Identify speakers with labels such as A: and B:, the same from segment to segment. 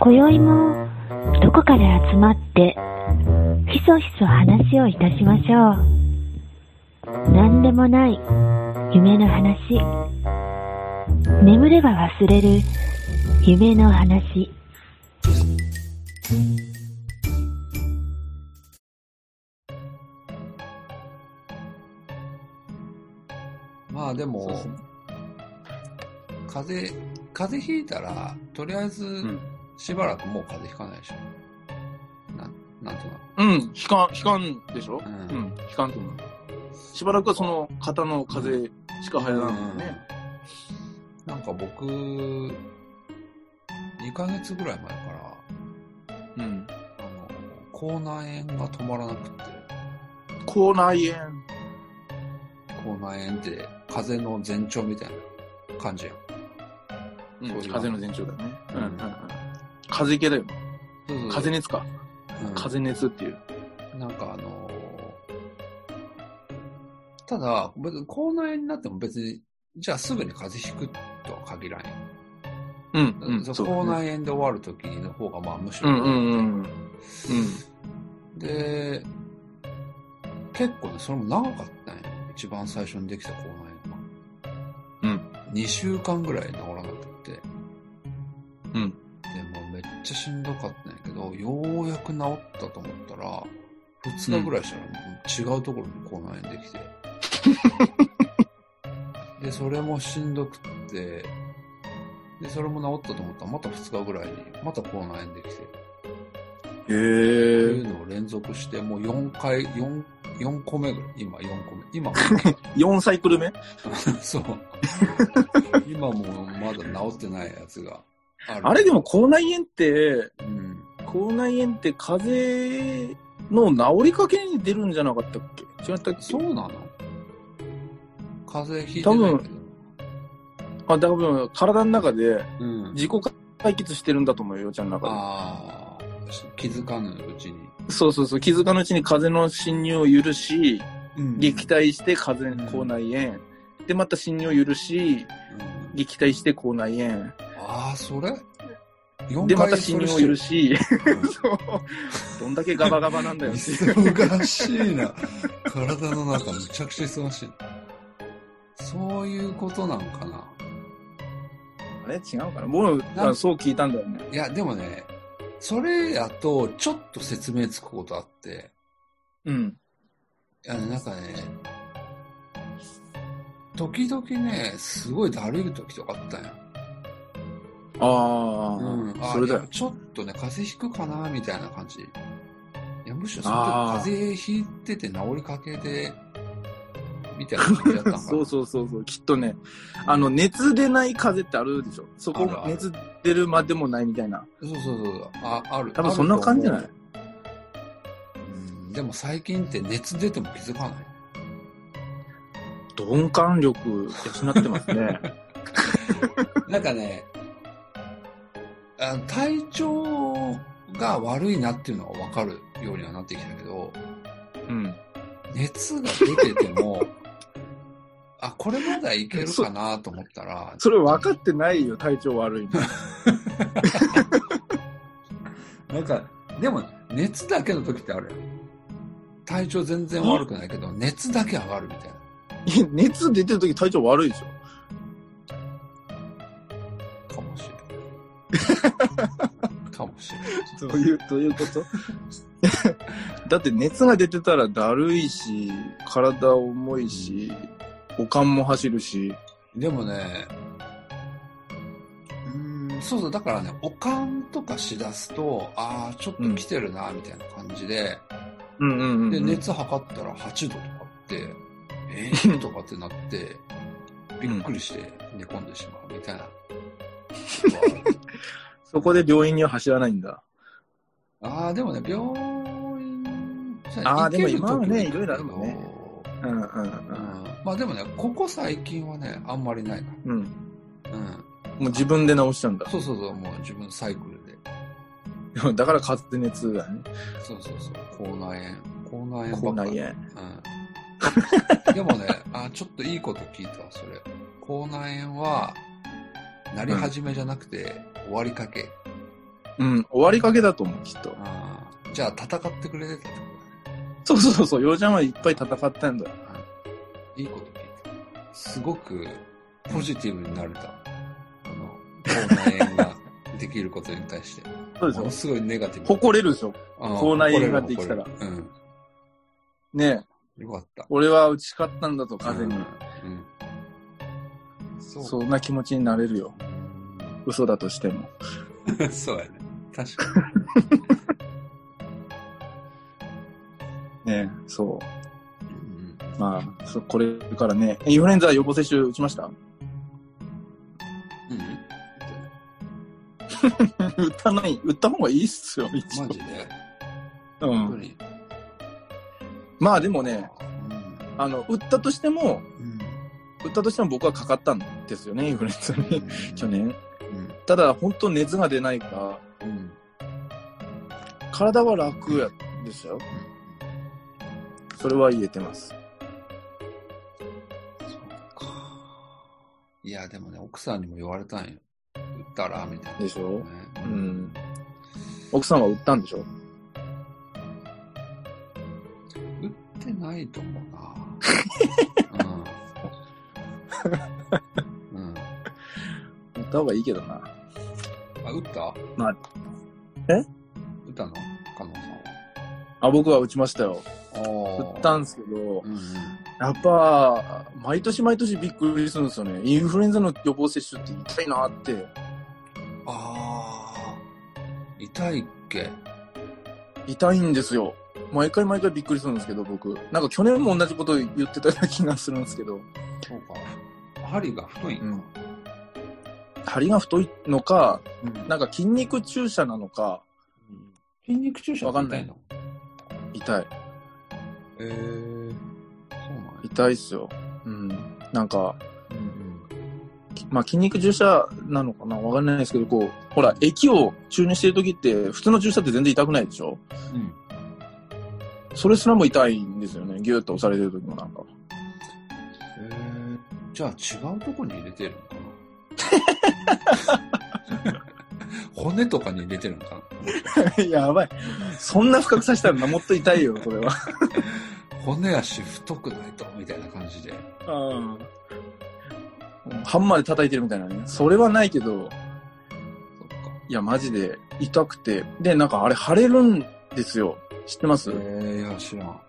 A: 今宵もどこかで集まってひそひそ話をいたしましょう何でもない夢の話眠れば忘れる夢の話
B: まあでも、
C: そうですね
B: 風邪、風邪ひいたら、とりあえ
C: う
B: ず
C: ん、
B: しばらくもう風邪ひかないでしょ。な、なんとな
C: うん、悲観、悲観でしょ
B: うん
C: うん、悲観と思う。しばらくはその方の風邪しか入らないもん
B: く。
C: ね。
B: なんか僕、2ヶ月ぐらい前から、
C: うん。
B: あの、口内炎が止まらなくって、
C: 口内炎。
B: 口内炎って風邪の前兆みたいな感じやん。
C: うん、
B: そう
C: 風
B: いう
C: 邪の前兆だよね。
B: う
C: うんん、うん、うん。風邪系だよ。
B: そうそう
C: 風邪熱か。
B: うん
C: 風邪熱っていう。
B: なんかあのーただ、別に口内炎になっても別に、じゃあすぐに風邪ひくとは限らんよ。
C: うん、うん、
B: そう
C: そう
B: 口内炎で終わる時の方がまあむし
C: う
B: ろ、
C: ん、うん、うん。うん。
B: で、結構ね、それも長かったんよ。一番最初にできた口内炎が。うん。2週間ぐらい治らなくって。
C: うん
B: でもめっちゃしんどかったんやけど、ようやく治ったと思ったら、2日ぐらいしたらもう違うところに口内炎できて。で、それもしんどくって、で、それも治ったと思ったら、また2日ぐらいに、また口内炎できて。っ
C: へ
B: ていう
C: え。
B: のを連続して、もう4回、4、4個目ぐらい。今、4個目。 今、
C: 4サイクル目
B: そう。今もまだ治ってないやつがある。
C: あれでも口内炎って、
B: うん。
C: 口内炎って風邪の治りかけに出るんじゃなかったっけ違ったっけ
B: そうなの風邪ひいてないけど。
C: あ、多分、体の中で
B: うん。
C: 自己解決してるんだと思うよ、ようちゃんの中で。
B: ああ、し気づかぬうちに。
C: そうそうそう、気づかぬうちに風の侵入を許し、
B: うん
C: 撃退して風
B: うん
C: 口内炎。で、また侵入を許し、
B: うん
C: 撃退して口内炎。
B: ああ、それ ?4 回
C: で、また侵入を許
B: し
C: し、
B: てる。うん
C: そう。どんだけガバガバなんだよってい う。
B: 忙しいな。体の中むちゃくちゃ忙しい。そういうことなんかな。
C: あれ違うかなもう、あそう聞いたんだよね。
B: いや、でもね、それやとちょっと説明つくことあって、
C: うん。
B: あの、なんかね、時々ね、すごいだるい時とかあったんや。
C: ああ、
B: うん。あ
C: それだ
B: いや
C: よ。
B: ちょっとね、風邪ひくかな、みたいな感じ。いや、むしろその時風邪ひいてて治りかけで、みたいな感じだったんかな。
C: そうそうそうそう、きっとね、あの、熱出ない風邪ってあるでしょそ
B: あ
C: こ
B: るあ、る
C: 熱出るまでもないみたいな。
B: そうそうそう。あ、ある。
C: 多分そんな感じじゃない
B: あると思ううん、でも最近って熱出ても気づかない。
C: 鈍感力養ってます ね。
B: なんかね、あ体調が悪いなっていうのはわかるようにはなってきたけど、
C: うん。
B: 熱が出てても、 あ、これまだいけるかなと思ったら、
C: それ分かってないよ、体調悪いの。
B: なんか、でも熱だけの時ってあるやん。体調全然悪くないけど、熱だけ上がるみたいな。
C: 熱出てる時体調悪いでしょ。
B: かもしれない。かもしれない。
C: どういう、どういうこと だって熱が出てたらだるいし、体重いし、股間も走るし。
B: でもね、うーん、そうそう、だからね、おかんとかしだすと、ああ、ちょっと来てるな、みたいな感じで、
C: うんうんうん。
B: で、熱測ったら8度とかあって、え ー、とかってなって、びっくりして寝込んでしまうみ たいな。
C: そこで病院には走らないんだ。
B: ああ、でもね、病院、
C: あ
B: 行
C: ー
B: ける
C: でも今はね
B: 時
C: いろいろあるもんねうんうんう
B: う。
C: ん
B: んまあでもね、ここ最近はね、あんまりないな。
C: うん。
B: うん。
C: もう自分で直しちゃうんだ。
B: そうそうそう、もう自分サイクルで。
C: だから勝手熱だね。
B: そうそうそう、口内炎。口内炎
C: 口
B: ばっか
C: 内
B: り。
C: 炎。
B: うん。でもね、 あ、ちょっといいこと聞いたわ、それ。口内炎は、なり始めじゃなくて、終わりかけ。
C: うん、終わりかけだと思う、きっと。
B: あーじゃあ戦ってくれてたってこ
C: そうそうそう、ようちゃんはいっぱい戦ったん
B: とだ
C: だ。
B: ねいいこと聞いた。すごくポジティブになれた。あの、口内炎ができることに対して。
C: そうです
B: もの
C: よ。
B: すごいネガティブ。
C: 誇れるでしょ。
B: あー
C: 口内炎ができたら
B: 誇れる誇れる
C: ねえ、
B: うん。よかった。
C: 俺は打ち勝ったんだと、風に。
B: うん。そう
C: そんな気持ちになれるよ。嘘だとしても。
B: そうやね。確か
C: ねえ、そ
B: に。うん
C: う。まあ、そうこれからね。えインフルエンザ予防接種打ちました
B: うん。
C: 打ったない。打った方がいいっすよ、一
B: マ
C: 応
B: ジ。で
C: う
B: 本当
C: ん。
B: に。
C: まあでもね、あの、打ったとしても、
B: うん。
C: 打ったとしても僕はかかったんですよね、インフルエンザ
B: う
C: に。
B: ん
C: 去。年。
B: うん。
C: ただ、本当熱が出ないか
B: うん。
C: ら、体は楽やでしたよ。それは言えてます。
B: そうか。いや、でもね、奥さんにも言われたんよ。売ったらみたいな。
C: でしょ
B: ね
C: うん。奥さんは打ったんでしょ
B: 売ってないと思 うな。うん。うん。
C: 打った方がいいけどな。
B: あ、打った
C: まあえ
B: 打ったの加納さ
C: あ、僕は打ちましたよ。
B: んは。
C: 打った
B: ん
C: んですけど
B: う、んうん。
C: やっぱ、毎年毎年びっくりするんですよね。インフルエンザの予防接種って痛いなって。
B: ああ。痛いっけ
C: 痛いんですよ。毎回毎回びっくりするんですけど、僕。なんか去年も同じこと言ってたような気がするんですけど、
B: そうか。針が太いんか。
C: うん針が太いのか、
B: うん
C: なんか筋肉注射なのか、
B: 筋肉注射
C: わかん
B: 痛
C: ない
B: いの
C: 痛い。
B: ええー。そうなんや。
C: 痛いっすよ。うん。なんか、
B: うんうん。
C: きまあ筋肉注射なのかなわかんないですけど、こう、ほら、液を注入してる時って、普通の注射って全然痛くないでしょ
B: うん。
C: それすらも痛いんですよね。ギューッと押されてる時もなんか。
B: えー、じゃあ違うとこに入れてるのかな 骨とかに入れてるのか
C: やばい。そんな深く刺したらもっと痛いよ、それは。
B: な骨足太くないとみたいな感じで。
C: うん。ハンマーで叩いてるみたいなね。それはないけど、
B: そっか。
C: いや、マジで痛くて。で、なんかあれ腫れるんですよ。知ってま
B: え
C: す
B: ー、いや、知らん。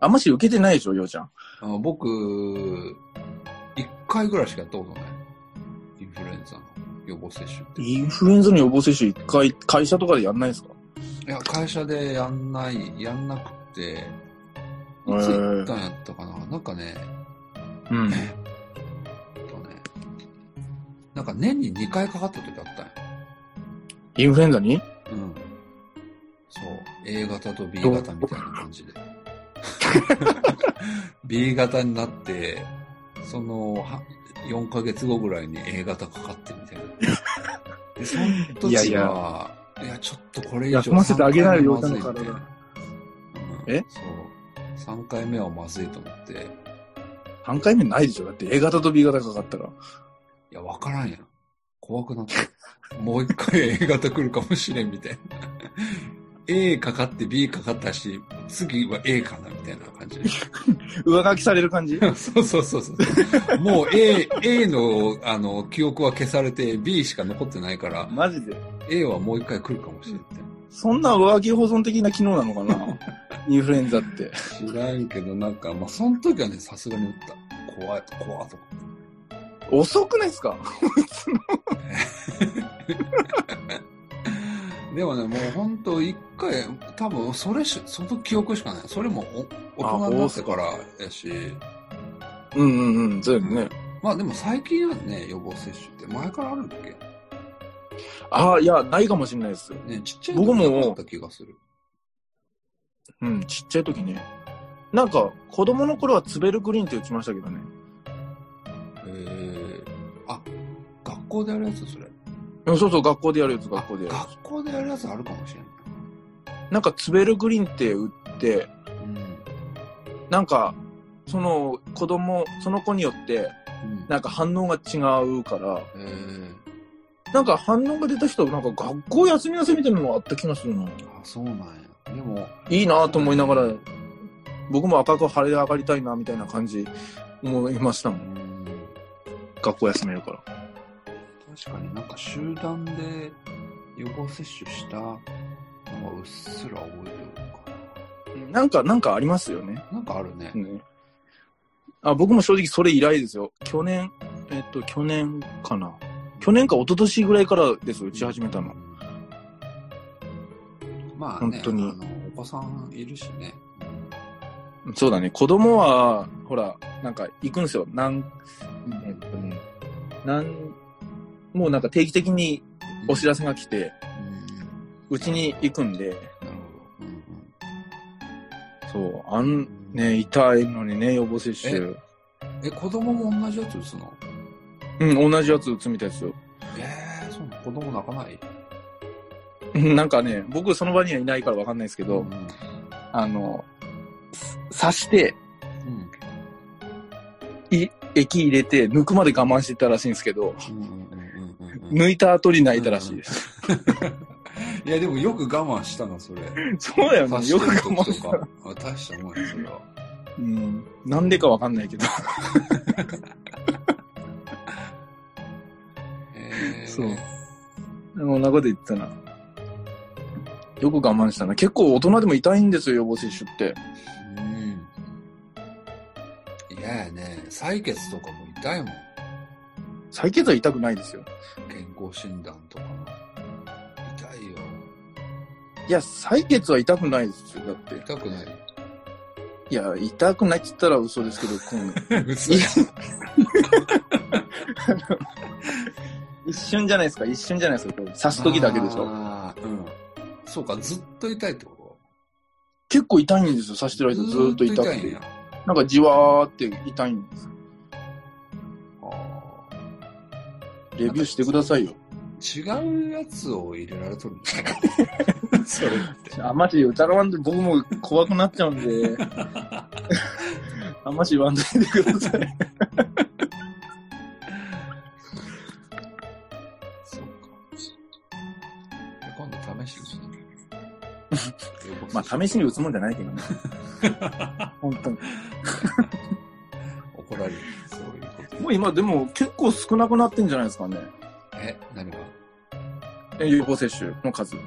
C: あんまし受けてないでしょ、ようちゃん。
B: あの僕、一回ぐらいしかやったことない。インフルエンザの予防接種って。
C: インフルエンザの予防接種一回、会社とかでやんないですか
B: いや、会社でやんない、やんなくて、いつ
C: へー
B: 行ったんやったかな、なんかね、
C: うん。
B: えっとね、なんか年に2回かかった時あったんや。
C: インフルエンザに
B: うん。そう。A 型と B 型みたいな感じで。B 型になって、その、は4ヶ月後ぐらいに A 型かかってみたいな。 で、その時は、い
C: い
B: や
C: や
B: い
C: い
B: やちょっとこれ以上
C: 休ませてあげないよ
B: 三回目まずい
C: 陽太の
B: うん
C: え
B: そう。3回目はまずいと思って、い
C: ?3 回目ないでしょだって A 型と B 型かかったら。
B: や、わからんやん。怖くなった。もう一回 A 型来るかもしれんみたいな。A かかって B かかったし、次は A かなみたいな感じで。
C: 上書きされる感 じ
B: そうそうそうそう。もう A、A の、あの、記憶は消されて B しか残ってないから、
C: マジで。
B: A はもう一回来るかもしれんって。
C: そんな上書き保存的な機能なのか なインフルエンザって。
B: 知らんけど、なんか、まあ、その時はね、さすがに打った。怖い、怖いと思っ
C: 遅くないですか
B: て。でもね、もう本当一回、多分、それし、その記憶しかない。それもお大人になってからやし、
C: うんうんうん、そうよ
B: ね。まあでも最近はね、予防接種って前からあるんだっけ
C: ああ、いや、ないかもしれないです。
B: ね、ちっちゃい
C: 僕も
B: 時だった気がする。
C: うん、ちっちゃい時ね。なんか、子供の頃はツベルクリンって打ちましたけどね。
B: えー、あ、学校でやるやつそれ。
C: うんそうそう、学校でやるやつ、学校でやるや
B: 学校でやるやつあるかもしれ
C: つ。なんか、ツベルクリンって打って、
B: ない。
C: なんか、その子供、その子によって、
B: うん。
C: なんか反応が違うから、
B: えー、
C: なんか反応が出た人、なんか学校休みなさいみたいなのあった気がするな。
B: あ、そうなんや。でも、
C: いいなと思いながら、僕も赤く晴れ上がりたいなみたいな感じ思いましたも。
B: うんん、
C: 学校休めるから。
B: 確かになんか集団で予防接種したのがうっすら覚えてるのか
C: なんか、なんかありますよね。
B: な。なんかあるね。
C: ねあ僕も正直それ以来ですよ。去年、えっと、去年かな。去年か一昨年ぐらいからです、打ち始めたの。
B: まあね、
C: 本当に
B: あのお子さんいるしね。
C: そうだね。子供は、ほら、なんか行くんですよ。なん、えっとね、なん、もうなんか定期的にお知
B: ら
C: らせが来て、
B: せ。うん
C: うちに行くんで、
B: なるほど。うんうん
C: そう、あん、ね、痛いのにね、予防接種。
B: え、子供も同じやつ打つの
C: うん、同じやつ打つみたいですよ。
B: えー、そうなの子供泣かない
C: うんなんかね、僕その場にはいないからわかんないですけど
B: う、ん。
C: あの、す刺して、
B: うん。
C: い、液入れて、抜くまで我慢してたらしいんですけど、
B: うんうんうんうんうん。
C: 抜いた後に泣いたらしいです。
B: いや、でもよく我慢したな、それ。
C: そうだよ
B: 刺
C: ね、
B: し
C: よ
B: て
C: く
B: る
C: 我
B: 時
C: 慢し
B: と
C: た。
B: か。あ大したもんや、それは。
C: うん、なんでかわかんないけど。
B: えー、
C: そうそんなこと言ってたな。よく我慢したな。結構大人でも痛いんですよ、予防接種って。
B: うん。いややね、採血とかも痛いもん。
C: 採血は痛くないですよ。
B: 健康診断とかも。痛いよ。
C: いや、採血は痛くないですよ、だって。
B: 痛くない。
C: いや、痛くないって言ったら嘘ですけど、この
B: 嘘
C: 一瞬じゃないですか、一瞬じゃないですか、こう刺す時だけでしょ。
B: あーうん。そうか、ずっと痛いってこ
C: 結構痛いんですよ、刺してる
B: と
C: 間ずーっと痛く
B: ずーん
C: て
B: や。。
C: なんかじわーって痛いんです。
B: あー
C: レビューしてくださいよ。
B: 違うやつを入れられとるん だよそれって。
C: あまし疑わんで、僕も怖くなっちゃうん で。あまし言わんといてください。
B: そうか。今度試してみる
C: まあ、試しに打つもんじゃないけどね。本当に。
B: 怒られる。そういうこと。
C: もう今でも結構少なくなってんじゃないですかね。
B: え、何が
C: え予防接種の数。
B: あ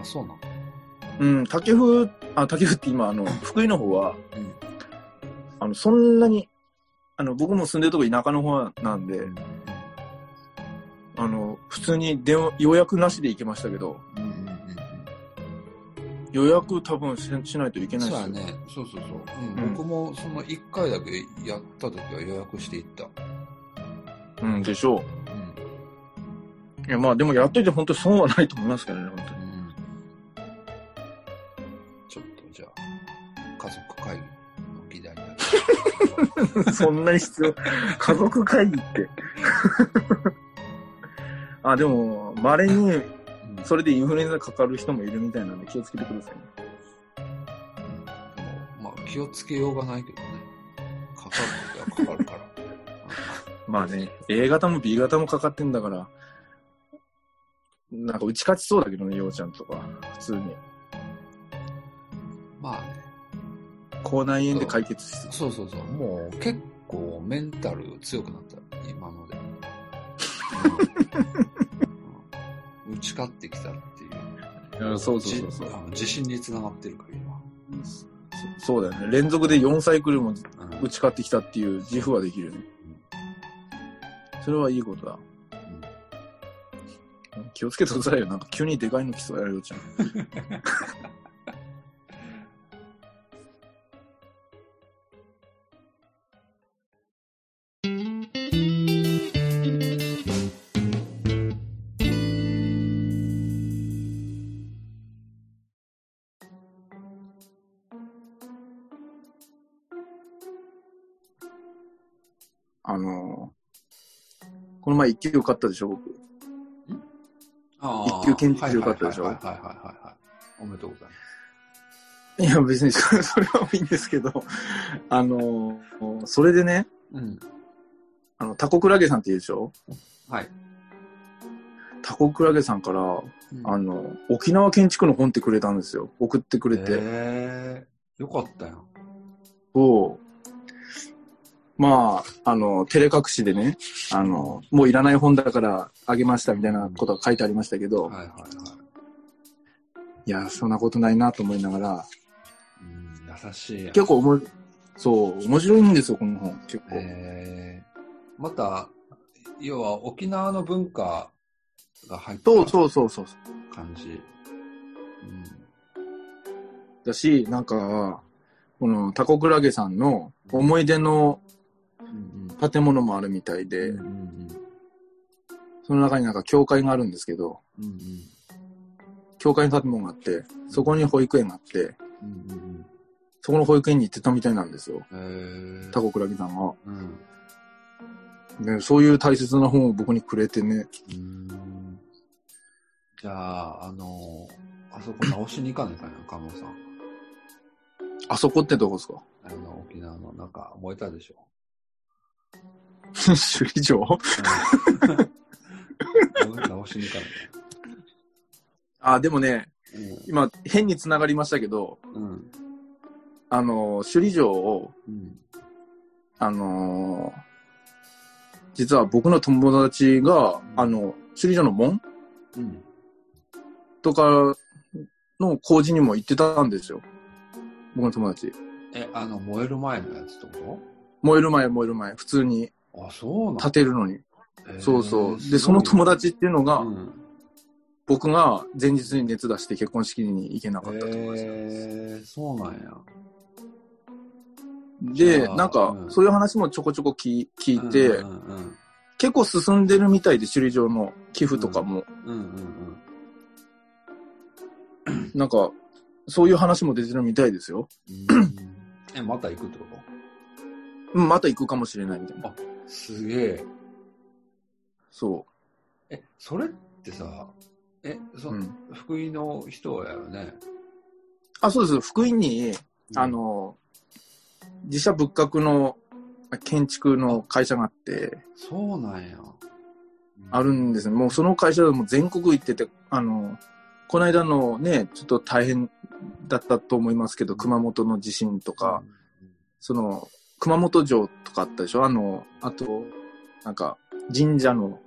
B: あ、そうなの
C: うん、竹風、あ、竹風って今、あの、福井の方は、
B: うん。
C: あの、そんなに、あの、僕も住んでるとこ田舎の方なんで、あの、普通に電話、予約なしで行けましたけど、
B: うんうんうん
C: 予約多分ししないとい
B: う
C: け
B: ん。
C: ない
B: そ
C: で
B: う
C: すよ
B: や。ね。そうそうそう。うん
C: うん
B: 僕もその一回だけやった時は予約していった。
C: うん、でしょ
B: うん。
C: う。いや、まあでもやっといて本当損はないと思いますけどね、本当
B: う
C: に。
B: ん。ちょっとじゃあ、家族会議の議題に なる。
C: そんなに必要。家族会議って。 あ、でも、稀に、
B: うん
C: それでインフルエンザかかる人もいるみたいなんで気をつけてくださいね。
B: でもまあ気をつけようがないけどね。かかるときはかかる から。
C: まあね、A 型も B 型もかかってんだから、なんか打ち勝ちそうだけどね、ようちゃんとか。普通に。
B: まあね。
C: 口内炎で解決し
B: そうそうそう。もう結構メンタル強くなった。今まで。うん打ち勝ってきたっていう。
C: そうそうそうそう
B: じあの自信につながってるから
C: そ。そうだよね。連続で4サイクルも
B: 今。うん
C: 打ち勝ってきたっていう自負はできるよね。それはいいことだ。気をつけてくださいよ。なんか急にでかいの来そうやよ、ようちゃん。あのーこの前一級受かったでしょ、僕。
B: あー
C: 一級建築よかったでしょ
B: はいはいはいはいはい。おめでとうございます。
C: いや、別にそれそ れはいいんですけど、あのーそれでね、
B: うん。
C: あの、タコクラゲさんって言うでしょ
B: はい。
C: タコクラゲさんから、あの、沖縄建築の本ってくれたんですよ。送ってくれて。
B: えー、よかったよ。
C: を、まあ、あの、照れ隠しでね、あの、もういらない本だからあげましたみたいなことが書いてありましたけど、
B: はいはいはい。
C: いや、そんなことないなと思いながら、
B: うん、優しいやん。
C: 結構おも、そう、面白いんですよ、この本。結構。
B: えー、また、要は沖縄の文化が入って
C: そうそうそうそう。
B: 感じ。
C: だし、なんか、このタコクラゲさんの思い出の
B: うん。うん
C: 建物もあるみたい
B: うん。
C: で、
B: うんうん
C: その中になんか教会があるんですけど、
B: うんうん
C: 教会の建物があって、そこに保育園があって、
B: うんうん
C: そこの保育園に行ってたみたいなんですよ。
B: うん。えー
C: タコクラゲさんが。
B: うん。
C: ね、そういう大切な本を僕にくれてね。
B: うーんじゃあ、あのーあそこ直しに行かねえかんやん、カモさん。
C: あそこってどこですか
B: あの、沖縄の、なんか、燃えたでしょ。
C: 首里城
B: うん 直しに行かね
C: あ、でもね、
B: えか
C: 今、変に繋がりましたけど、
B: んうん。うん。
C: あの、首里城を、
B: うん。
C: あのー実は僕の友達が、あの、首里城の門
B: うん。
C: とかの工事にも行ってたんですよ。僕の友達。
B: え、あの、燃える前のやつってこ
C: 燃える前、燃える前。普通に
B: とあ、そうな
C: 建てるのに。
B: の
C: そうそう。で、その友達っていうのが、
B: うん。
C: 僕が前日に熱出して結婚式に行けな
B: え
C: かった友達なんです。
B: ー、そうなんや。じ
C: で、
B: ゃあ
C: なんか
B: う、ん
C: そういう話もちょこちょこ聞聞いて、
B: うんうん
C: 結構進んでるみたいで、首里城の寄付とかも、
B: うん。うんうん
C: なんか、そういう話も出てるみたいですよ。
B: うんうん。え、また行くってこ
C: うん、また行くかもしれないみたいな。
B: とすげえ。
C: そ
B: え、それってさ、え、
C: う。
B: そ、
C: うん。
B: 福井の人やよね。
C: あ、そうです。福井に、あ、の、自社仏閣の建築の会社があって、
B: そうなんや。
C: あるんですね。もうその会社でも全国行ってて、あの、この間のね、ちょっと大変だったと思いますけど、熊本の地震とか、その、熊本城とかあったでしょあの、あと、なんか、神社の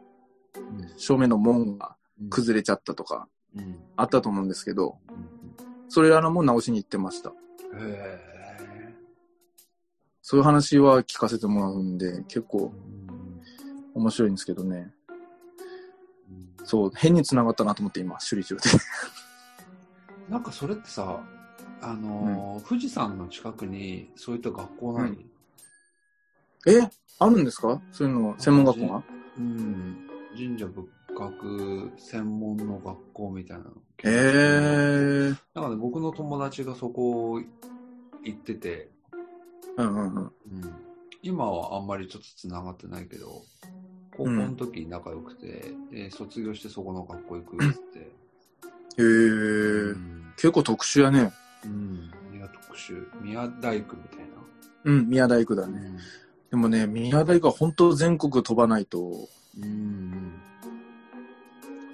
C: 正面の門が
B: うん。
C: 崩れちゃったとか、
B: うん。うん。
C: あったと思うんですけど、
B: うん
C: それらのも直しに行ってました。
B: うんへ
C: そういう話は聞かせてもらうんで、結
B: え
C: 構。面白いんですけどね。
B: うん
C: そう、変に繋がったなと思って今、首里城で。
B: なんかそれってさ、あのー、富士山の近くにそういった学校ない、
C: えあるんです かそういうの、専門学校が
B: うん、神社仏閣専門の学校みたいなの。
C: ええー。
B: なんかね、僕の友達がそこ行ってて、
C: うんうんうん。
B: うん、今はあんまりちょっとつながってないけど、高校の時に仲良くて、で卒業してそこの学校行くっつって。
C: へえー。結構特殊やね。
B: うん。宮特集、宮大工みたいな。
C: うん、宮大工だね。でもね、宮大工は本当全国飛ばないと、
B: うん。うん。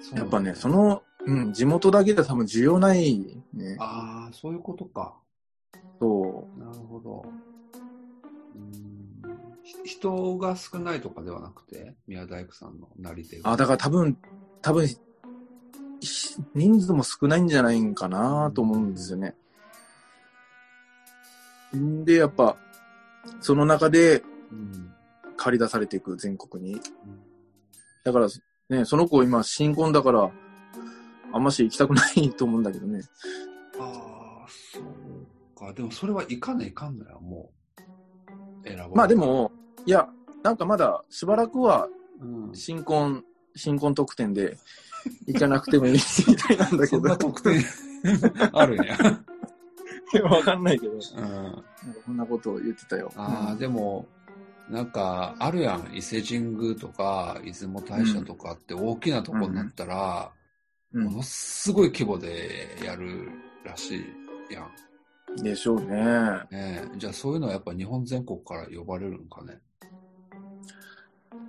B: そうな
C: や
B: んだ
C: っぱね、そ、の、うん、地元だけでは多分需要ないね。
B: ああ、そういうことか。
C: そ
B: なるほど。うん。ひ人が少ないとかではなくて、宮大工さんのなり手
C: う。
B: が。
C: あ、だから多分、多分、ひ人数も少ないんじゃないんかなと思うんですよね。んで、やっぱ、その中で
B: うん。
C: 借り出されていく全国に。だから、ね、その子今新婚だから、あんまし行きたくないと思うんだけどね。
B: ああ、そうか。でもそれは行かねいかんのや、もう。選ばれた
C: まあで、も、いや、なんかまだしばらくは
B: うん、
C: 新婚、新婚特典で行かなくてもいいみたいなんだけ
B: そんな
C: ど。
B: 特典あるんや。
C: いやわかんないけど。
B: うん、
C: なんかこんなことを言ってたよ。
B: ああ、でも、なんか、あるやん。伊勢神宮とか、出雲大社とかって大きなとこになったら、
C: うん
B: ものすごい規模でやるらしいやん。
C: うんでしょうね。
B: ねえじゃあそういうのはやっぱ日本全国から呼ばれるんかね。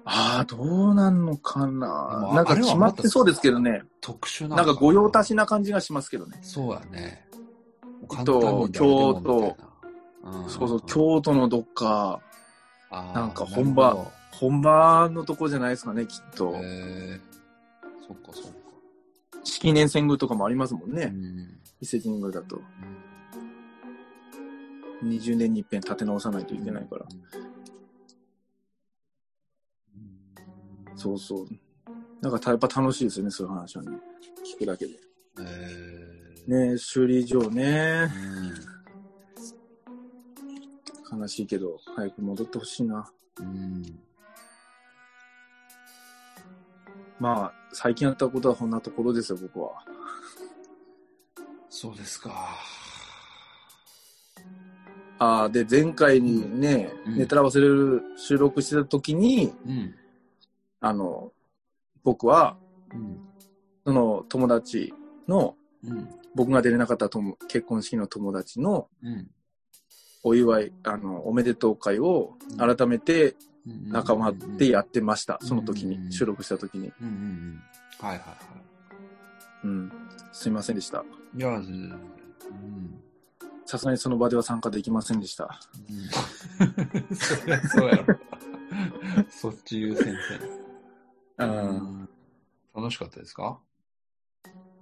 C: ああ、どうなんのかな
B: で。も
C: なん
B: あ
C: か
B: れは
C: 決まってそうですけどね。
B: 特殊な
C: なんか御用達な感じがしますけどね。
B: そうやね。
C: あと京都
B: うん、
C: そうそう、京都のどっか、
B: あー
C: なんか本場
B: なるほ
C: 本場のとこじゃないですかね、きっと
B: ど。へーそっかそっか。
C: 式年遷宮とかもありますもんね。
B: うん
C: 伊勢神宮だと。20年に一遍立て直さないといけないから。
B: うん
C: そうそう。なんかたやっぱ楽しいですよね、そういう話はね。聞くだけで。
B: へー
C: ね修理場ね
B: う。ん
C: 悲しいけど、早く戻ってほしいな。
B: うん
C: まあ、最近やったことはこんなところですよ、僕は。
B: そうですか。
C: ああ、で、前回にね、
B: うん
C: ネタら忘れる収録してた時に、
B: うん。
C: あの、僕は、
B: うん。
C: その友達の、
B: うん。
C: 僕が出れなかったとも結婚式の友達の
B: うん。
C: お祝い、あの、おめでとう会を改めて
B: うん
C: 仲間でやってました。
B: うん
C: その時
B: うん
C: に、収録した時に。
B: うんうんうん。はいはいは
C: うん。すいませんでした。
B: い。いや、全然うん。
C: さすがにその場では参加できませんでした。
B: うんそりゃそうやろ。そっち優先
C: う
B: 生。
C: ん。
B: 楽しかったですか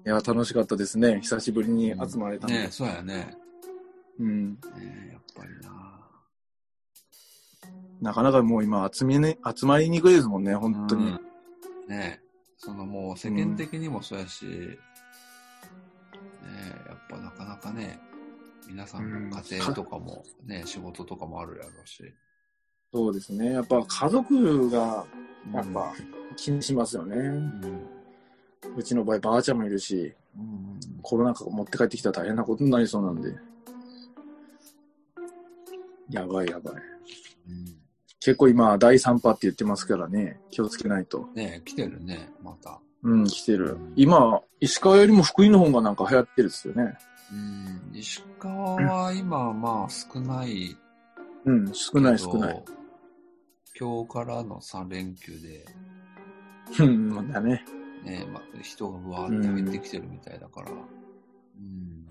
C: いや、楽しかったですね。久しぶりに集まれたんで。
B: ねえそうやね。
C: うん。
B: ねえやっぱりな。
C: なかなかもう今集め、ね、集まりにくいですもんね、本当に。
B: うんねえそのもう世間的にもそうやし、ねえやっぱなかなかね、皆さんも家庭とかもね、仕事とかもあるやろうし。
C: そうですね。やっぱ家族が、
B: うん
C: やっぱ、気にしますよね。
B: うん。
C: うちの場合、ばあちゃんもいるし、
B: うん
C: コロナ禍持って帰ってきたら大変なことになりそうなんで。やばいやばい。
B: うん
C: 結構今、第3波って言ってますからね、気をつけないと。
B: ねえ来てるね、また。
C: うん、来てる。今、石川よりも福井の方がなんか流行ってるですよね。
B: うん、石川は今、まあ少ないけ
C: うん、少
B: ど
C: ない少ない。。
B: 今日からの3連休で、
C: うん、まだね。
B: ね、まあ、人がわーって入ってきてるみたいだから。うん。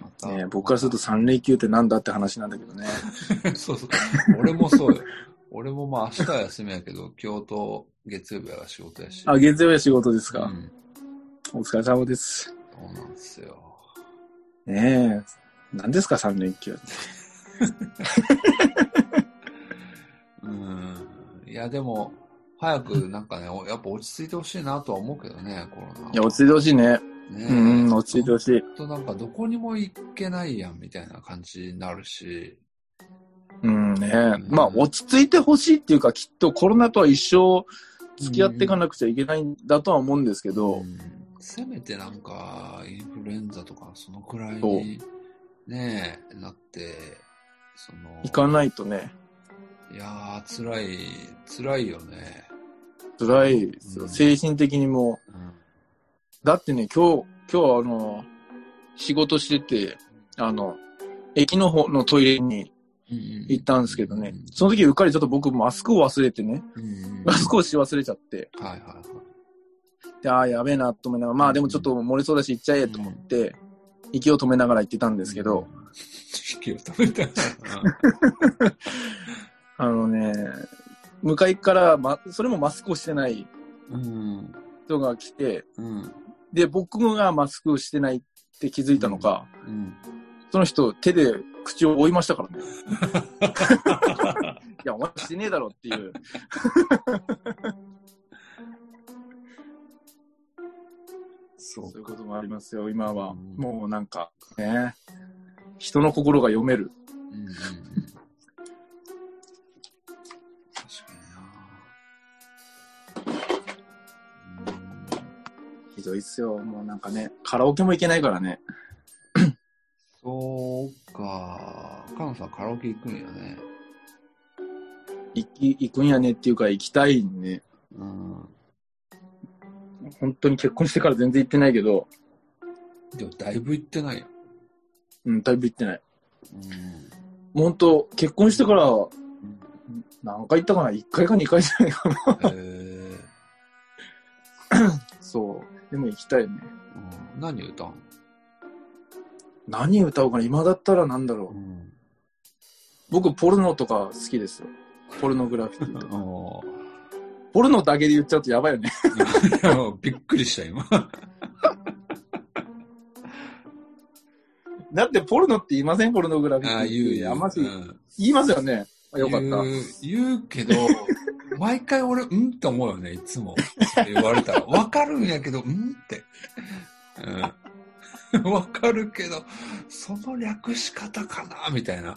B: また
C: ね僕からす ると3連休ってなんだって話なんだけどね。
B: そうそう。俺もそうよ。俺もまあ明日は休みやけど、今日と月曜日は仕事やし。
C: あ、月曜日は仕事ですか。
B: うん。
C: お疲れ様です。
B: そうなんですよ。
C: ねえ。何ですか、3連休。
B: うん。いや、でも、早くなんかね、おやっぱ落ち着いてほしいなとは思うけどね、コロナ。
C: いや、落ち着いてほしいね。
B: ねえ
C: うん、落ち着いてほしい。
B: ほんとなんかどこにも行けないやんみたいな感じになるし。
C: うんねえ。まあ、落ち着いてほしいっていうか、きっとコロナとは一生付き合っていかなくちゃいけないんだとは思うんですけど、
B: んせめてなんか、インフルエンザとか、そのくらい
C: そう
B: に、ねえ、なって、その、
C: 行かないとね、
B: いやー、辛い、辛いよね。
C: 辛いです
B: う
C: よ。
B: ん
C: 精神的にも。
B: うん。
C: だってね、今日、今日はあの、仕事してて、あの、駅の方のトイレに行ったんですけどね、その時うっかりちょっと僕マスクを忘れてね、
B: うんうん。
C: マ
B: は
C: スクをし忘れちゃって、
B: いはいはい。
C: で、ああ、やべえなと思いながら、まあでもちょっと漏れそうだし行っちゃえと思って、息を止めながら行ってたんですけど、
B: うん。引きを止めたな。
C: あのね、向かいから、ま、それもマスクをしてない
B: うん。
C: 人が来て、
B: うん。
C: で、僕がマスクをしてないって気づいたのか、
B: うん。
C: その人手で口を覆いましたからね。 いや、お前してねえだろっていう。
B: そ
C: そういうこともありますよ、今は。
B: うん
C: もうなんか、ね。人の心が読める。
B: うんうんうん。確かになうん
C: ひどいっすよ。もうなんかね、カラオケも行けないからね。
B: そうか。カノさんカラオケ行くんよね。
C: 行き、行くんやねっていうか、行きたいね。
B: うん。
C: 本当に結婚してから全然行ってないけど、
B: でもだいぶ行ってないよ。
C: うん、だいぶ行ってない。
B: うん。
C: もう本当、結婚してから、
B: うん
C: 何回行ったかな ?1 回か2回じゃないかな。
B: へえ。
C: そう。でも行きたいね。
B: うん何歌う
C: 何歌おうかな今だったらなんだろう。
B: ん
C: 僕、ポルノとか好きですよ。ポルノグラフィティと
B: あ
C: か。
B: の
C: ポルノだけで言っちゃうとやばいよね。
B: ーびっくりした、今。
C: だってポルノって言いませんポルノグラフィティ。
B: ああ、言うや。
C: あんまし、
B: うん
C: 言いますよね。あよかった。
B: 言う言うけど、 毎回俺、うんって思うよね、いつも。って言われたら。わかるんやけど、うんって。うん。わかるけど、その略し方かなみたいな。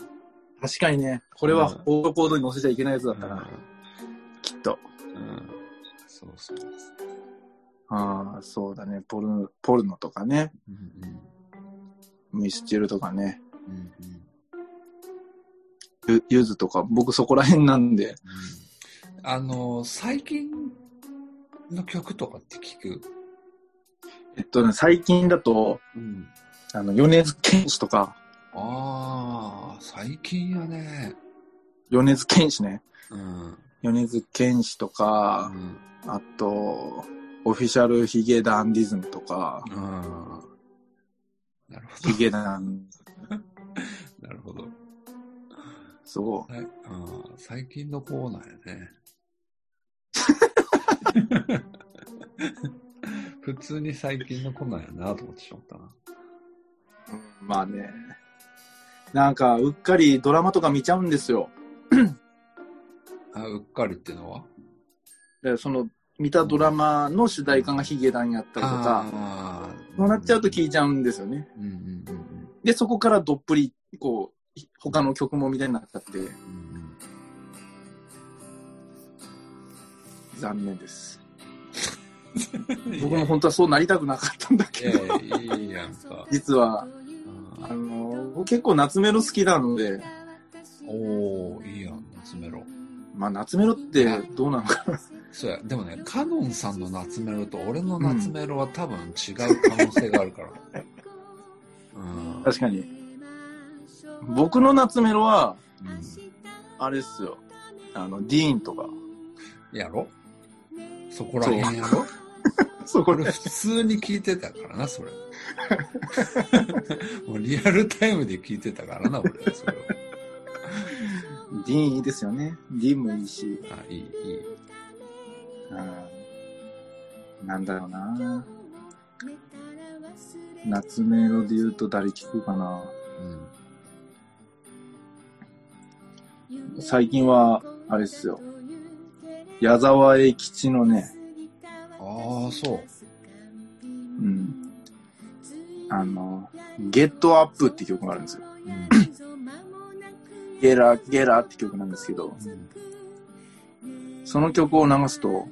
C: 確かにね。これはオートコードに載せちゃいけないやつだったな。きっと。
B: うん。うんそうそう。
C: ああ、そうだね。ポルノ、ポルノとかね。
B: うんうん
C: ミスチルとかね。
B: うんうんうん
C: ゆゆずとか。僕そこら辺なんで。
B: あの、最近の曲とかって聞く。
C: えっとね、最近だと、
B: うん。
C: あの、米津玄師とか、
B: ああ、最近やね。
C: 米津玄師ね。
B: うん。
C: 米津玄師と
B: う
C: か、
B: ん。
C: あと、オフィシャルヒゲダンディズムとか、
B: うんなるほ
C: ヒゲダン、
B: ど。なるほど。
C: そ
B: はいあー最近のコーナーや ね。普通に最近のコーナーやなと思ってしまったな。
C: う。うんまあね。なんか、うっかりドラマとか見ちゃうんですよ。
B: あうっかりってのは
C: でその、見たドラマの主題歌がヒゲダンやったりとか、
B: あー
C: そうなっちゃうと聞いちゃうんですよね。
B: うんうんうんうん
C: で、そこからどっぷり、こう、他の曲もみたいになっちゃって、
B: うん
C: 残念です。
B: うん。
C: 僕も本当はそうなりたくなかったんだ
B: い
C: け
B: や
C: ど
B: い。やいや、いいやん か。
C: 実は、
B: あ
C: あ
B: ー
C: の僕結構夏メロ好きなので、
B: おおいいやん、夏メロ。
C: まあ夏メロってどうなのか
B: そうや、でもね、カノンさんの夏メロと俺の夏メロは多分違う可能性があるから。 うん。
C: 確かに。僕の夏メロは、
B: うん
C: あれっすよ。あの、ディーンとか。
B: やろそこら辺やろ
C: そ う、
B: これ普通に聞いてたからな、それ。 もうリアルタイムで聞いてたからな、俺はそれを。
C: ディーンいいですよね。ディーンもいいし。
B: あ、いい、いい。
C: うんなんだろうな夏メロで言うと誰聞くか
B: う
C: な
B: ん。
C: 最近は、あれっすよ。矢沢永吉のね、
B: ああ、そう。
C: うん。あの、ゲットアップって曲があるんですよ。
B: うん。
C: ゲラ、ゲラって曲なんですけど、
B: うん
C: その曲を流すと、
B: うん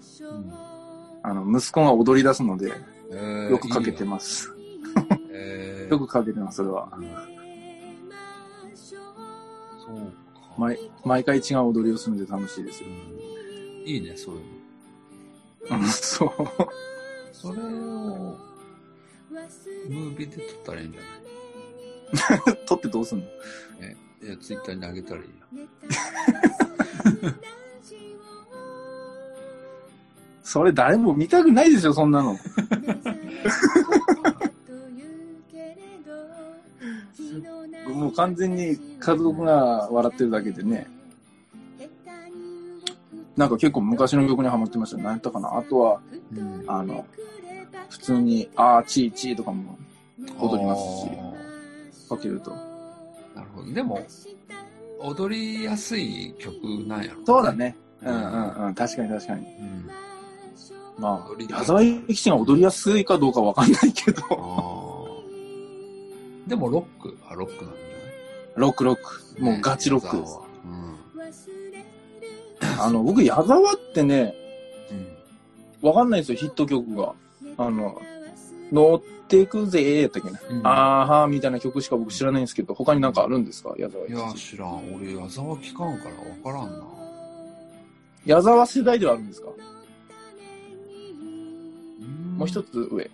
C: あの、息子が踊り出すので、
B: えー
C: よくかけて
B: いいよ
C: ます。
B: えー
C: よくかけてます、それは。
B: そうか。
C: 毎、毎回違う踊りをするんで楽しいですよ。
B: うんいいね、そういうの。
C: うん そう。
B: それを、ム ービーで撮ったらいいんじゃない
C: 撮ってどうすんの
B: え、ツイッターにあげたらいいや。
C: それ誰も見たくないでしょ、そんなの。もう完全に家族が笑ってるだけでね。なんか結構昔の曲にハマってましたよ。何やったかなあとは、
B: うん
C: あの、普通に、あーちーちーとかも踊りますし、かけると。
B: あーなるほど。でも、踊りやすい曲なんやろ、
C: そうだ。ね。
B: う
C: うんんうんうん。確かに確かに。
B: うん。
C: まあ
B: 踊り、
C: 矢沢永吉が踊りやすいかどうかわかんないけ
B: あ
C: ど。
B: ーでも、ロック。あ、ロックなんじ
C: ロックロック。
B: ゃない
C: もうガチロック
B: ね
C: で
B: ザ
C: す
B: ワ。はうん。
C: あの、僕、矢沢ってね、
B: うん。
C: わかんないんですよ、ヒット曲が。あの、乗ってくぜーやったっけな。
B: うん
C: あーはーみたいな曲しか僕知らないんですけど、他になんかあるんですか矢沢
B: いや、知らん。俺、矢沢聞かんから分からんな。
C: 矢沢世代ではあるんですかも
B: も
C: う一つ上。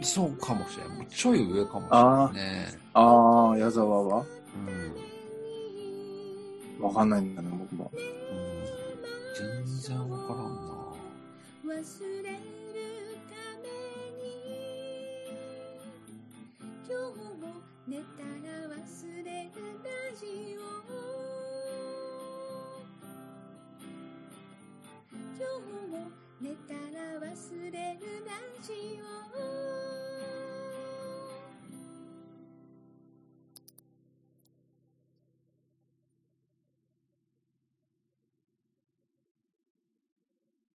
B: そうかもしれん。もうちょい上かもし
C: あ
B: れないね。
C: あー、矢沢は
B: うん。
C: わかんないんだな、僕も。
B: 全然わからんな。
D: 忘れるために今日も寝たら忘れるラジオ今日も寝たら忘れるラジオ